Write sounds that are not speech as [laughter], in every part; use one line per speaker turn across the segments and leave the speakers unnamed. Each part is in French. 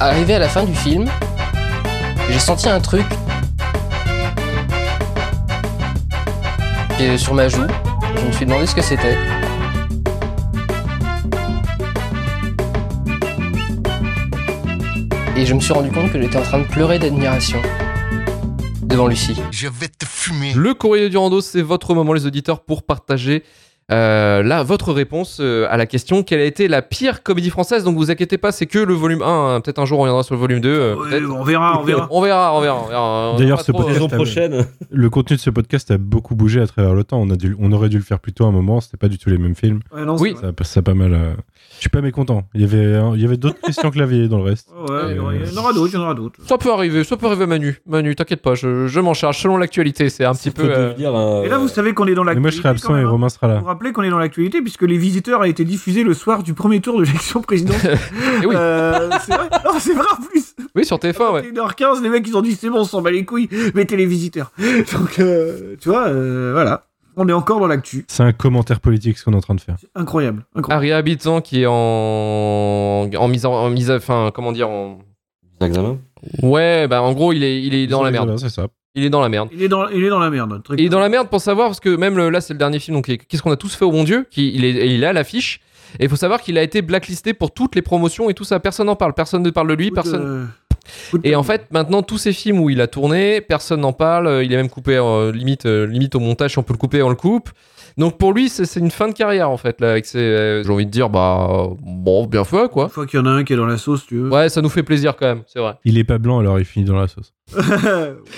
Arrivé à la fin du film, j'ai senti un truc et sur ma joue. Je me suis demandé ce que c'était. Et je me suis rendu compte que j'étais en train de pleurer d'admiration devant Lucie.
Je vais te fumer.
Le courrier du rando, c'est votre moment, les auditeurs, pour partager euh, là votre réponse euh, à la question quelle a été la pire comédie française. Donc vous inquiétez pas, c'est que le volume 1. hein. Peut-être un jour on reviendra sur le volume 2. euh,
Ouais,
peut-être.
on verra, on verra.
on verra, on verra, on verra. On
D'ailleurs,
verra
ce
trop,
podcast-
euh,
Saison prochaine.
Le contenu de ce podcast a beaucoup bougé à travers le temps. On, a dû, on aurait dû le faire plus tôt à un moment. C'était pas du tout les mêmes films.
Ouais, non,
Oui.
c'est
Ça, a- ça a pas mal. euh, Je suis pas mécontent. Il y avait, euh, il y avait d'autres questions que la vieille dans le reste.
vrai. Ouais, il y aura- il y en aura d'autres, il y en aura d'autres.
Ça peut arriver, ça peut arriver, Manu. Manu, t'inquiète pas, je, je m'en charge selon l'actualité. C'est un petit peu. euh,
Et là, vous savez qu'on est dans
Mais
l'actualité.
moi, je serai
quand
absent
même,
et
hein.
Romain sera
Vous
là.
vous rappelez qu'on est dans l'actualité puisque Les Visiteurs a été diffusé le soir du premier tour de l'élection présidentielle.
[laughs] Eh oui.
Euh, c'est vrai. Non, c'est vrai en plus.
Oui, sur TF1, [laughs] ouais.
1h15, les mecs, ils ont dit c'est bon, on s'en bat les couilles, mettez les visiteurs. [laughs] Donc, euh, tu vois, euh, voilà. On est encore dans l'actu.
C'est un commentaire politique ce qu'on est en train de faire.
C'est Incroyable. incroyable.
Aria Habitant qui est en, en mise en, en mise à- enfin comment dire en
Examen.
ouais bah en gros il est il est dans la merde
Voilà, C'est ça.
il est dans la merde
Il, est dans, il est dans la merde. Très
Ah. il est dans la merde pour savoir parce que même le- là c'est le dernier film donc qu'est-ce qu'on a tous fait au bon Dieu qui il est il est à l'affiche et il faut savoir qu'il a été blacklisté pour toutes les promotions et tout ça personne n'en parle personne ne parle de lui
Coup de-
personne
euh, coup de-
Et en fait, maintenant, tous ces films où il a tourné, personne n'en parle. euh, Il est même coupé, euh, limite, euh, limite au montage, si on peut le couper, on le coupe. Donc pour lui, c'est c'est une fin de carrière en fait. Là, avec ses, euh, j'ai envie de dire, bah euh, bon, bien fait quoi.
Une fois qu'il y en a un qui est dans la sauce, tu veux.
Ouais, ça nous fait plaisir quand même, c'est vrai.
Il est pas blanc, alors il finit dans la sauce.
[laughs]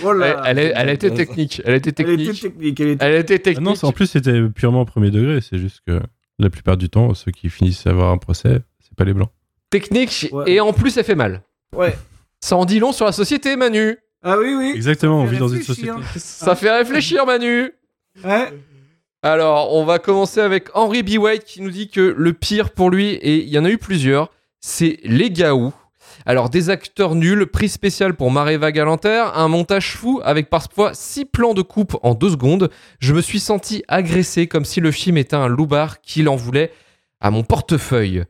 voilà.
elle, elle est- elle a été technique, elle a été
Elle était
technique,
technique. Elle était...
elle a été
Ah
technique.
non, c'est- en plus, c'était purement premier degré. C'est juste que la plupart du temps, ceux qui finissent à avoir un procès, c'est pas les blancs.
technique
Ouais.
et en plus, elle fait mal.
Ouais.
Ça en dit long sur la société, Manu.
Ah oui, oui.
Exactement, on
fait
vit dans une société.
réfléchir,
Ça fait réfléchir, Manu.
hein. Ouais.
Alors, on va commencer avec Henry B. White qui nous dit que le pire pour lui, et il y en a eu plusieurs, c'est les gaou. Alors, des acteurs nuls, prix spécial pour Mareva Galanter, un montage fou avec parfois 6 plans de coupe en 2 secondes. Je me suis senti agressé comme si le film était un loupard qu'il en voulait à mon portefeuille.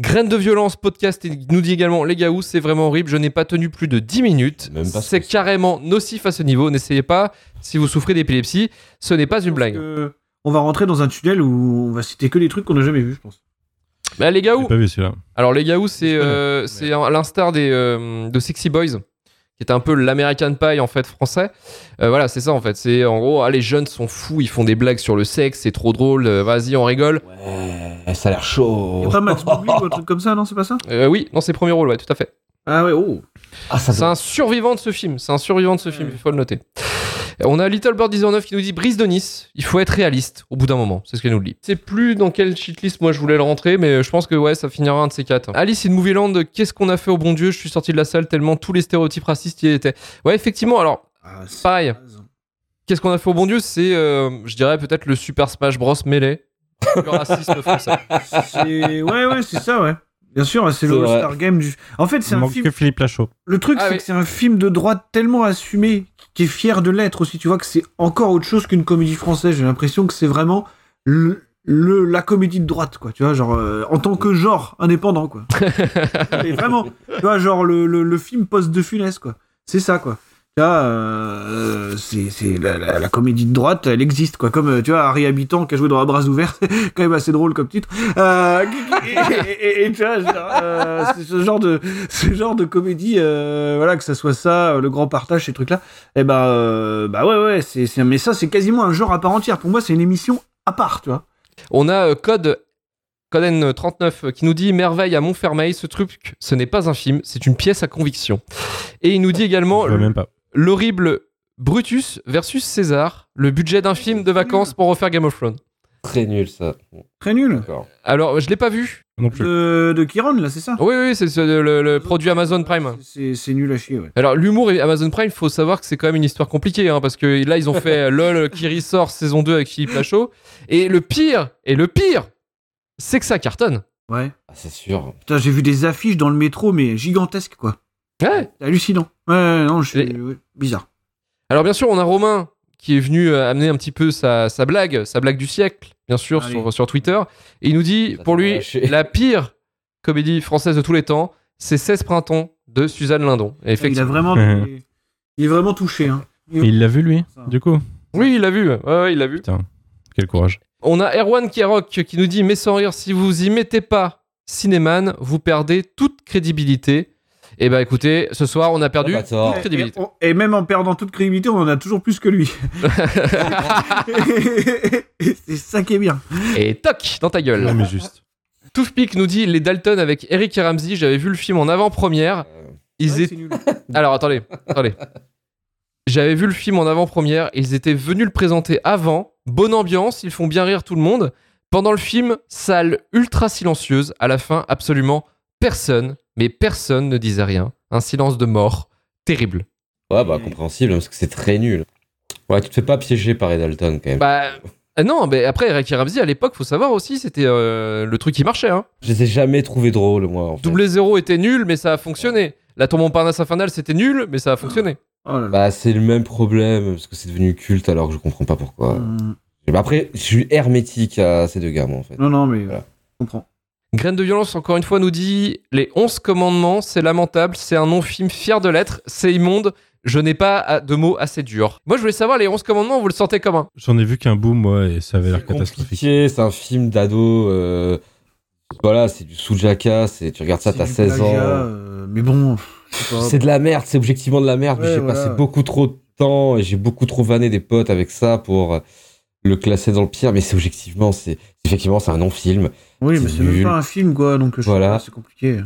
Graines de violence podcast il nous dit également les gaou, c'est vraiment horrible, je n'ai pas tenu plus de 10 minutes.
Même pas
C'est
ce-
carrément nocif à ce niveau, n'essayez pas si vous souffrez d'épilepsie, ce n'est pas une blague.
Euh, on va rentrer dans un tunnel où on va citer que des trucs qu'on n'a jamais vus, je pense.
Bah, les
J'ai
gaou,
pas vu celui-là.
Alors les Yahoo, c'est
Je connais.
euh, c'est à l'instar des euh, de Sexy Boys, qui était un peu l'American Pie en fait français. Euh, voilà, c'est ça en fait. C'est en gros, ah, les jeunes sont fous, ils font des blagues sur le sexe, c'est trop drôle. euh, Vas-y, on rigole.
Ouais, ça a l'air
Y'a
chaud.
pas [laughs] Max Boublil ou un truc comme ça, non C'est pas ça
Euh, oui, dans ses premiers rôles, ouais, tout à fait.
Ah ouais, oh.
Ah, ça
C'est un survivant de ce film. C'est un survivant de ce film, il faut le noter. On a Little Bird 19 qui nous dit Brise de Nice, il faut être réaliste au bout d'un moment, c'est ce qu'elle nous le dit. C'est plus dans quelle shitlist moi je voulais le rentrer, mais je pense que ouais, ça finira un de ces quatre. Alice in Movieland, qu'est-ce qu'on a fait au bon Dieu Je suis sorti de la salle tellement tous les stéréotypes racistes y étaient. Ouais, effectivement, alors
Ah, c'est-
pareil, qu'est-ce qu'on a fait au bon Dieu C'est, euh, je dirais peut-être le Super Smash Bros. mêlée. Le racisme français.
hein. C'est- Ouais, ouais, c'est ça, ouais. Bien sûr, c'est le
C'est vrai.
Star Game du. En fait, c'est
Il
un
manque
film.
que Philippe Lachaud.
Le truc,
Ah
c'est
oui.
que c'est un film de droite tellement assumé, qui est fier de l'être aussi. Tu vois que c'est encore autre chose qu'une comédie française. J'ai l'impression que c'est vraiment le, le- la comédie de droite, quoi. Tu vois, genre, euh, en tant que genre
[laughs]
indépendant, quoi. Et vraiment, tu vois, genre, le, le- le film post de funès, quoi. C'est ça, quoi. Tu vois, euh, c'est c'est la, la- la comédie de droite, elle existe, quoi. Comme, euh, tu vois, Harry Habitant qui a joué dans La Bras ouverte, [laughs] quand même assez drôle comme titre. Euh, [laughs] et, et- et- et tu vois, genre, euh, c'est ce genre de [laughs] ce genre de comédie, euh, voilà, que ça soit ça, euh, le grand partage, ces trucs-là, eh ben, euh, bah ouais, ouais, c'est, c'est- mais ça, c'est quasiment un genre à part entière. Pour moi, c'est une émission à part, tu vois.
On a euh, Code Coden39 euh, qui nous dit Merveille à Montfermeil, ce truc, ce n'est pas un film, c'est une pièce à conviction. Et il nous dit également
Je vois même pas.
l'horrible Brutus versus César, le budget d'un film de vacances pour refaire Game of Thrones.
très nul ça.
Très nul.
D'accord.
Alors, je l'ai pas vu.
Non plus.
De, de Kiron, là, c'est ça
Oui, oui, c'est ce- le, le produit Amazon Prime.
c'est, c'est nul à chier, ouais.
Alors, l'humour et Amazon Prime, faut savoir que c'est quand même une histoire compliquée, hein, parce que là, ils ont fait LOL euh, qui ressort saison 2 avec Philippe Lachaud. Et le pire, et le pire, c'est que ça cartonne.
Ouais.
Ah, c'est sûr.
Putain, j'ai vu des affiches dans le métro, mais gigantesques, quoi.
Ouais.
C'est hallucinant. Ouais, Ouais, non, je suis.
Les-
ouais, bizarre.
Alors bien sûr, on a Romain qui est venu euh, amener un petit peu sa, sa blague, sa blague du siècle, bien sûr,
Allez.
sur, sur Twitter. Et il nous dit,
Ça
pour
t'a
lui,
lâché.
la pire comédie française de tous les temps, c'est 16 printemps de Suzanne Lindon. Et
Il a
Effectivement. [laughs]
vraiment.
Ouais.
Il est vraiment touché. Hein.
Et il l'a vu, lui,
Ça.
du coup
Oui, il l'a vu. Ouais, ouais, il l'a vu.
Putain, quel courage.
On a Erwan Kirok qui nous dit Mais sans rire, si vous y mettez pas Cinéman, vous perdez toute crédibilité. Et bah écoutez, ce soir, on a perdu
Ah, bah, tort.
toute crédibilité.
Et, on- et même en perdant toute crédibilité, on en a toujours plus
[laughs]
que lui. [laughs] c'est ça qui est bien.
Et toc Dans ta
Ah
gueule.
Non, mais juste.
Toothpick nous dit Les Dalton avec Eric et Ramsey, j'avais vu le film en avant-première.
Euh,
Ils
Ouais,
étaient.
c'est nul.
Alors attendez, attendez. J'avais vu le film en avant-première, ils étaient venus le présenter avant. Bonne ambiance, ils font bien rire tout le monde. Pendant le film, salle ultra silencieuse, à la fin, absolument personne, mais personne ne disait rien. Un silence de mort, terrible.
Ouais, bah compréhensible, parce que c'est très nul. Ouais, tu te fais pas piéger par Ed Dalton quand même.
Bah euh, non, mais après, Eric et Ramsey, à l'époque, faut savoir aussi, c'était euh, le truc qui marchait. Hein.
Je les ai jamais trouvés drôles, moi. En fait.
Double zéro était nul, mais ça a fonctionné. La tour Montparnasse infernale, c'était nul, mais ça a fonctionné.
[laughs] Oh là là.
Bah, c'est le même problème, parce que c'est devenu culte alors que je comprends pas pourquoi.
Hum,
Bah, Après, je suis hermétique à ces deux gars, moi, en fait.
Non, non, mais
Voilà.
je comprends.
Graine de violence, encore une fois, nous dit Les 11 commandements, c'est lamentable, c'est un non-film fier de l'être, c'est immonde, je n'ai pas à- de mots assez durs. Moi, je voulais savoir, les 11 commandements, vous le sentez comment
J'en ai vu qu'un bout, moi, et ça avait l'air
C'est
catastrophique.
compliqué, c'est un film d'ado. euh, Voilà, c'est du Soujaka, c'est tu regardes ça,
C'est
t'as
du
16 ans.
plagiat, euh, mais bon, je sais pas.
C'est de la merde, c'est objectivement de la merde. mais
Ouais,
j'ai
voilà.
passé beaucoup trop de temps et j'ai beaucoup trop vanné des potes avec ça pour euh, le classer dans le pire. Mais c'est objectivement, c'est effectivement c'est un non-film.
Oui, mais
c'est
c'est même
nul.
pas un film, quoi. Donc, je sais
Voilà.
pas, c'est compliqué.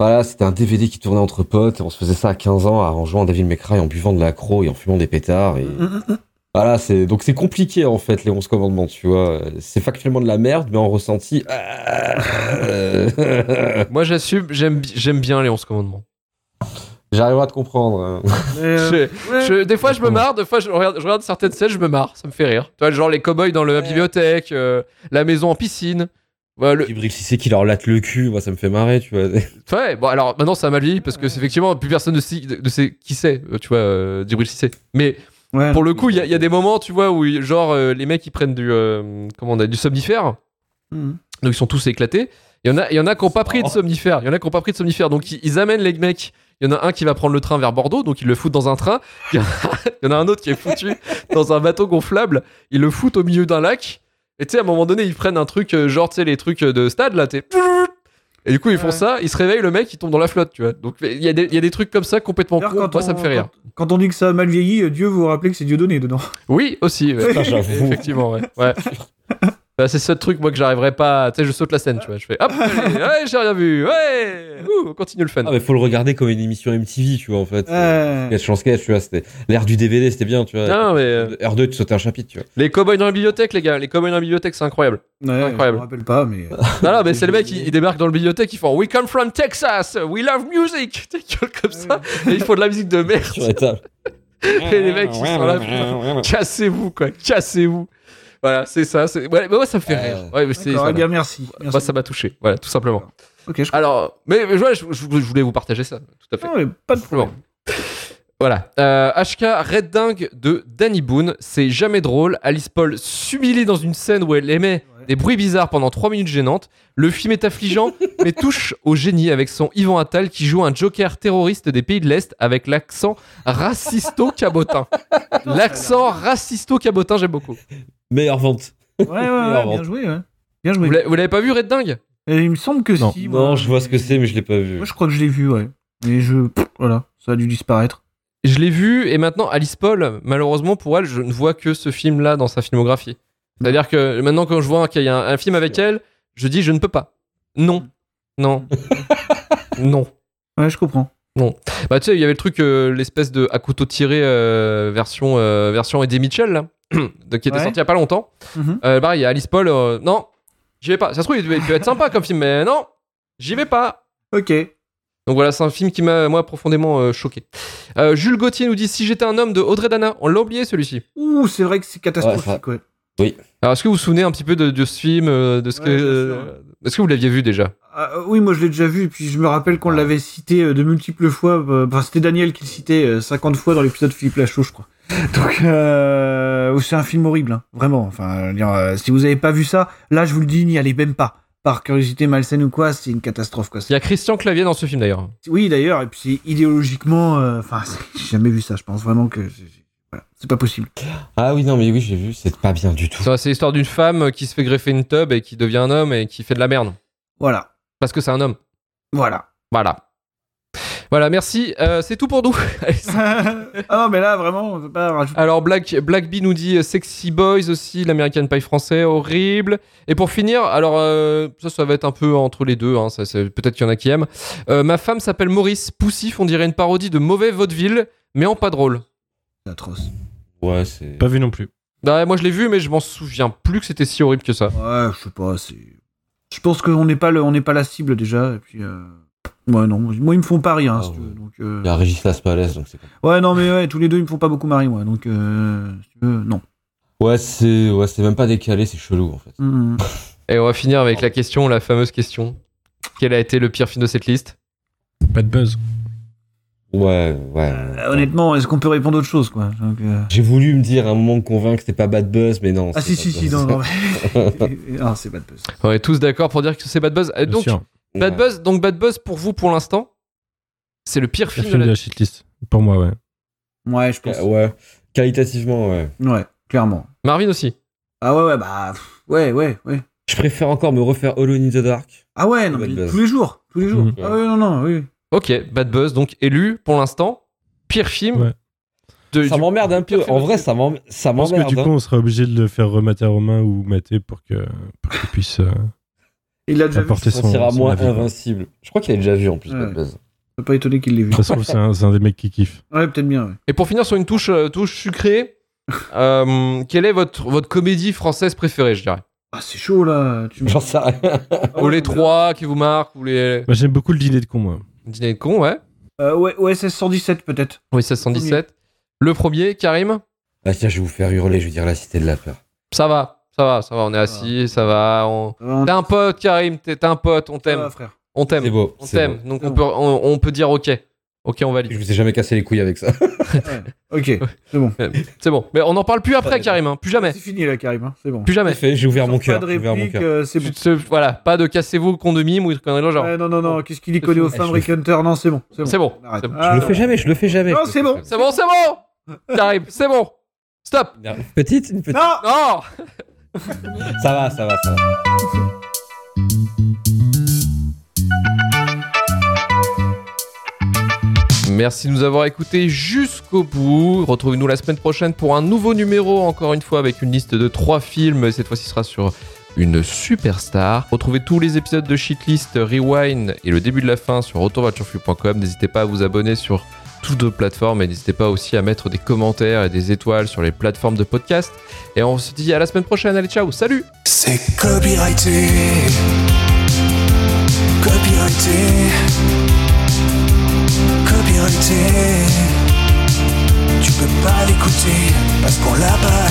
Voilà, c'était un DVD qui tournait entre potes. et On se faisait ça à 15 ans en jouant à David McRae, en buvant de l'accro et en fumant des pétards. Et
Hum, hum, hum.
voilà, c'est donc c'est compliqué en fait les 11 commandements. Tu vois, c'est factuellement de la merde, mais en ressenti. euh, [laughs]
Moi, j'assume, j'aime bi- j'aime bien les 11 commandements.
J'arriverai à te comprendre. hein.
Mais, euh,
Je-
ouais.
je- des fois, je me marre, des fois, je regarde, je regarde certaines scènes, je me marre, ça me fait rire. Tu vois, genre les cow-boys dans le- la
Ouais.
bibliothèque, euh, la maison en piscine. Ouais, le-
Jibril Cissé qui leur latte le cul, moi ça me fait marrer, tu [laughs] vois.
ouais, bon, alors maintenant, ça m'a vieilli parce que, c'est effectivement, plus personne ne sait, ne sait qui c'est, euh, tu vois, euh, Djibril Cissé. Mais
Ouais.
Pour le coup, il y, a- il y a des moments, tu vois, où genre euh, les mecs ils prennent du euh, comment on a du somnifère,
Hum.
donc ils sont tous éclatés. Il y en a, il y en a qui n'ont pas pris de somnifère. Il y en a qui n'ont pas pris de somnifère, donc ils, ils amènent les mecs. Il y en a un qui va prendre le train vers Bordeaux, donc ils le foutent dans un train. [laughs] Il y en a, il y en a un autre qui est foutu [laughs] dans un bateau gonflable. Ils le foutent au milieu d'un lac. Et tu sais, à un moment donné, ils prennent un truc, euh, genre tu sais les trucs de stade là, tu sais. Et du coup, ils font
Ouais.
ça, ils se réveillent, le mec, il tombe dans la flotte, tu vois. Donc, il y, a des- il y a des trucs comme ça complètement
D'ailleurs,
cons. Moi, ça me fait rire.
quand- Quand on dit que ça a mal vieilli, euh, Dieu vous vous rappelez que c'est Dieu donné
[laughs]
dedans.
Oui, aussi. ouais.
Putain, j'avoue.
Effectivement, ouais. ouais. Bah, c'est ce truc, moi, que j'arriverais pas. à- Tu sais, je saute la scène, tu vois. Je fais hop, allez, ouais, j'ai rien vu, ouais, ouh, on continue le fun.
Ah, mais faut le regarder comme une émission MTV, tu vois, en fait.
Euh,
Sketch en sketch, tu vois, c'était l'ère du DVD, c'était bien, tu vois.
Non, mais euh,
R2, tu sautais un chapitre, tu vois.
les cowboys dans la bibliothèque, les gars, les cowboys dans la bibliothèque, c'est incroyable.
ouais,
Incroyable.
Je me rappelle pas, mais. euh,
[laughs] Non, non, mais c'est le mec, il, il débarque dans la bibliothèque, ils font We come from Texas, we love music. [laughs] Tu sais, ils gueulent comme ça, et ils font de la musique de
Sur
[laughs] merde.
la table.
Et les mecs, ils sont là, putain, cassez-vous, quoi, cassez-vous. Voilà, c'est ça. c'est- Ouais, mais moi, ça me fait
Euh,
rire. Ouais, mais c'est.
D'accord,
voilà.
eh bien, merci.
Moi,
Merci.
ça m'a touché, voilà, tout simplement.
Ok, je
Alors, mais, mais ouais, je, je- je voulais vous partager ça, tout à fait.
comprends. mais Pas de problème.
Bon. Voilà. Euh, HK Red Dingue de Danny Boone. C'est jamais drôle. Alice Paul s'humilie dans une scène où elle émet
Ouais.
des bruits bizarres pendant 3 minutes gênantes. Le film est affligeant, mais touche au génie avec son Yvan Attal qui joue un joker terroriste des pays de l'Est avec l'accent racisto-cabotin. L'accent racisto-cabotin, j'aime beaucoup.
Meilleure vente.
Ouais, ouais, ouais, bien joué, ouais. Bien joué.
Vous l'avez vous l'avez pas vu, Red Dingue
Et il me semble que
Non.
si.
Non,
moi,
je vois ce que c'est, mais je l'ai pas vu.
Moi, je crois que je l'ai vu, ouais. Mais je. pff, Voilà, ça a dû disparaître.
Je l'ai vu et maintenant Alice Paul, malheureusement pour elle, je ne vois que ce film-là dans sa filmographie. C'est-à-dire que maintenant quand je vois qu'il y a un, un film avec elle, je dis je ne peux pas. Non, non, non.
Ouais, je comprends.
Bah tu sais, il y avait le truc, euh, l'espèce de à couteau tiré euh, version euh, version Eddie Mitchell [coughs] là, de- qui était
Ouais.
sorti il y a pas longtemps.
Mhm.
Euh, pareil, il y a Alice Paul. euh, non, j'y vais pas. Ça se trouve il peut- il peut être sympa comme film, mais non, j'y vais pas.
Ok.
Donc voilà, c'est un film qui m'a, moi, profondément euh, choqué. Euh, Jules Gauthier nous dit Si j'étais un homme de Audrey Dana. On l'a oublié celui-ci.
Ouh, c'est vrai que c'est
Ouais,
catastrophique, ouais.
Alors, est-ce que vous vous souvenez un petit peu de, de ce film euh, de ce
Ouais,
que,
bien sûr.
euh, Est-ce que vous l'aviez vu déjà
Ah, euh, oui, moi je l'ai déjà vu, et puis je me rappelle qu'on
Ouais.
l'avait cité euh, de multiples fois. euh, Enfin, c'était Daniel qui le citait euh, 50 fois dans l'épisode Philippe Lachaud, je crois. [laughs] Donc, euh, c'est un film horrible, hein, vraiment. Enfin, je veux dire, euh, si vous avez pas vu ça, là je vous le dis, n'y allez même pas. par curiosité malsaine ou quoi, c'est une catastrophe quoi.
Il y a Christian Clavier dans ce film d'ailleurs.
Oui, d'ailleurs, et puis idéologiquement, euh, enfin, [laughs] j'ai jamais vu ça. Je pense vraiment que j'ai- j'ai- voilà, c'est pas possible.
Ah oui, non, mais oui, j'ai vu, c'est pas bien du tout.
Ça, C'est l'histoire d'une femme euh, qui se fait greffer une tub et qui devient un homme et qui fait de la merde.
Voilà,
Parce que c'est un homme.
voilà.
Voilà. Voilà, merci. Euh, c'est tout pour nous. [laughs] Allez, c'est-
ah non, mais là vraiment, on peut pas rajouter.
Alors, Black, Black Bee nous dit euh, Sexy Boys aussi, l'American Pie français, horrible. Et pour finir, alors, euh, ça, ça va être un peu entre les deux. hein, ça, c'est- Peut-être qu'il y en a qui aiment. Euh, ma femme s'appelle Maurice Poussif, on dirait une parodie de mauvais vaudeville, mais en pas drôle.
C'est atroce.
Ouais, c'est.
Pas vu non plus.
Bah, moi, je l'ai vu, mais je m'en souviens plus que c'était si horrible que ça.
Ouais, je sais pas. C'est. Je pense qu'on n'est pas le, on n'est pas la cible déjà. Et puis, euh, ouais, non. Moi, ils me font pas rire. hein,
Ah,
si tu veux,
ouais.
donc, euh,
Il y a Régis Laspalès, donc c'est comme-
ouais, non, mais ouais, tous les deux, ils me font pas beaucoup marrer, moi. Donc, euh, si tu veux,
[laughs]
non.
Ouais, c'est ouais, c'est même pas décalé, c'est chelou en fait.
Mm, mm.
Et on va finir avec la question, la fameuse question. Quel a été le pire film de cette liste
Pas de buzz.
Ouais, ouais.
Euh, honnêtement, est-ce qu'on peut répondre à autre chose, quoi Donc, euh,
J'ai voulu me dire à un moment me convaincre que c'était pas Bad Buzz, mais non.
Ah
Ah, c'est
si
pas
si
Bad
si,
Buzz.
non, non. [laughs] ah, c'est pas de buzz.
On est tous d'accord pour dire que c'est Bad Buzz. Euh,
Bien
Donc,
sûr.
Bad
Ouais.
Buzz, donc Bad Buzz pour vous pour l'instant, c'est le pire
Le
film de
film de
la...
la shitlist. Pour moi, ouais.
Ouais, je pense.
Ouais, [laughs] ouais. Qualitativement, Ah, ouais.
Ouais, clairement.
Marvin aussi.
Ah ouais, ouais, bah, pff, ouais, ouais, ouais.
Je préfère encore me refaire Hollow in the Dark.
Ah ouais, non,
Bad
mais
buzz.
tous les jours, tous les
Mmh.
jours.
Mhm.
Ah ouais, non, non, oui.
Ok, Bad Buzz donc élu pour l'instant pire film.
Ouais.
De,
Ça
Euh, du-
m'emmerde un
pire
peu.
film
En
de-
vrai, ça m'emmerde. Ça
Je pense que
m'emmerde.
du coup,
hein.
on sera obligé de le faire remater à Romain ou mater pour que pour qu'il puisse euh,
Il l'a déjà vu.
Je
apporter
me
son,
sentirai
son
moins
avis. De
invincible. Je crois qu'il a déjà vu en plus
Ouais.
Bad Buzz.
Je suis pas étonné qu'il l'ait vu. Ah,
toute façon, c'est un, c'est un des mecs qui kiffe.
Ouais, peut-être bien. Ouais.
Et pour finir sur une touche, euh, touche
[laughs]
sucrée, euh, quelle est votre, votre comédie française préférée, je dirais
Ah, c'est chaud là. Tu me-
[laughs] J'en sais rien.
Ah,
Ou
ouais,
les
mais-
trois qui vous marquent, ou les
Moi, j'aime beaucoup le dîner de con, moi.
dîners de cons, ouais.
Euh, ouais, OSS 117 peut-être.
Oui, 1617. Le premier, Karim,
Ah tiens, je vais vous faire hurler. Je vais dire la cité de la peur.
ça va, ça va, ça va, on est assis, ça va. on-
Euh,
T'es un pote, Karim, t'es t'es un pote, on
ça
t'aime,
va, frère.
on t'aime.
C'est beau.
On
c'est
t'aime,
beau.
donc
C'est
on
bon.
peut, on, on peut dire ok. Ok, on valide.
Je vous ai jamais cassé les couilles avec ça.
Ok, c'est bon.
C'est bon. Mais on n'en parle plus après,
Ouais.
Karim. hein. Plus jamais.
C'est fini là, Karim. hein, C'est bon.
Plus jamais.
Parfait, [laughs] j'ai ouvert mon
Pas
cœur.
de
J'ai ouvert mon
réplique,
cœur.
euh, c'est bon.
Tu te- voilà, pas de cassez-vous con de mime ou de conneries de genre.
Ouais, non, non, non, qu'est-ce qu'il y
C'est
connaît
bon.
au
Eh,
Fabric Hunter Non, c'est bon.
C'est bon.
Arrête.
C'est bon.
Ah,
Je le
non.
fais jamais. Je le fais jamais.
Non,
je le
c'est
fais
bon.
jamais.
C'est bon, c'est bon Karim, c'est bon Stop
Une Petite, une petite.
Non
Non
Ça va, ça va, ça va.
Merci de nous avoir écoutés jusqu'au bout. Retrouvez-nous la semaine prochaine pour un nouveau numéro, encore une fois, avec une liste de trois films. Cette fois-ci, ce sera sur une superstar. Retrouvez tous les épisodes de Shitlist, Rewind et le début de la fin sur retourvoitureflux.com. N'hésitez pas à vous abonner sur toutes nos plateformes et n'hésitez pas aussi à mettre des commentaires et des étoiles sur les plateformes de podcast. Et on se dit à la semaine prochaine. Allez, ciao, salut
C'est copyrighté. Copyrighté. Copyrighté. Tu peux pas l'écouter parce qu'on l'a pas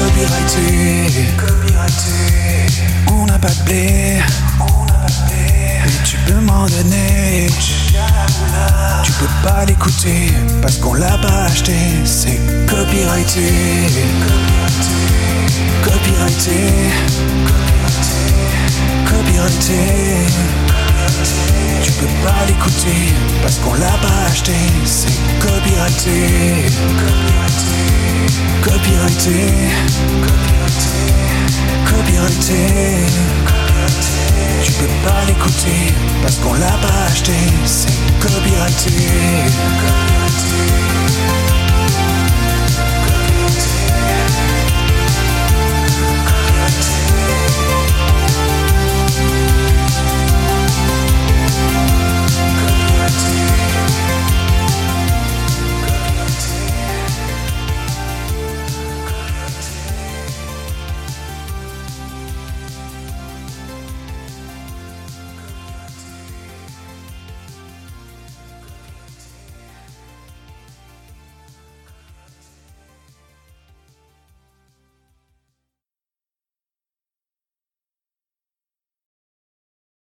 Copyrighté, copyrighté. On n'a pas de blé, on n'a pas de blé. Et tu peux m'en donner, tu peux pas l'écouter parce qu'on l'a pas acheté. C'est copyrighté, copyrighté, copyrighté, copyrighté. Tu peux pas l'écouter parce qu'on l'a pas acheté. C'est copyrighté, copyrighté. Copyrighté, copyrighté, copyrighté, copyrighté. Tu peux pas l'écouter parce qu'on l'a pas acheté. C'est copyrighté, copyrighté.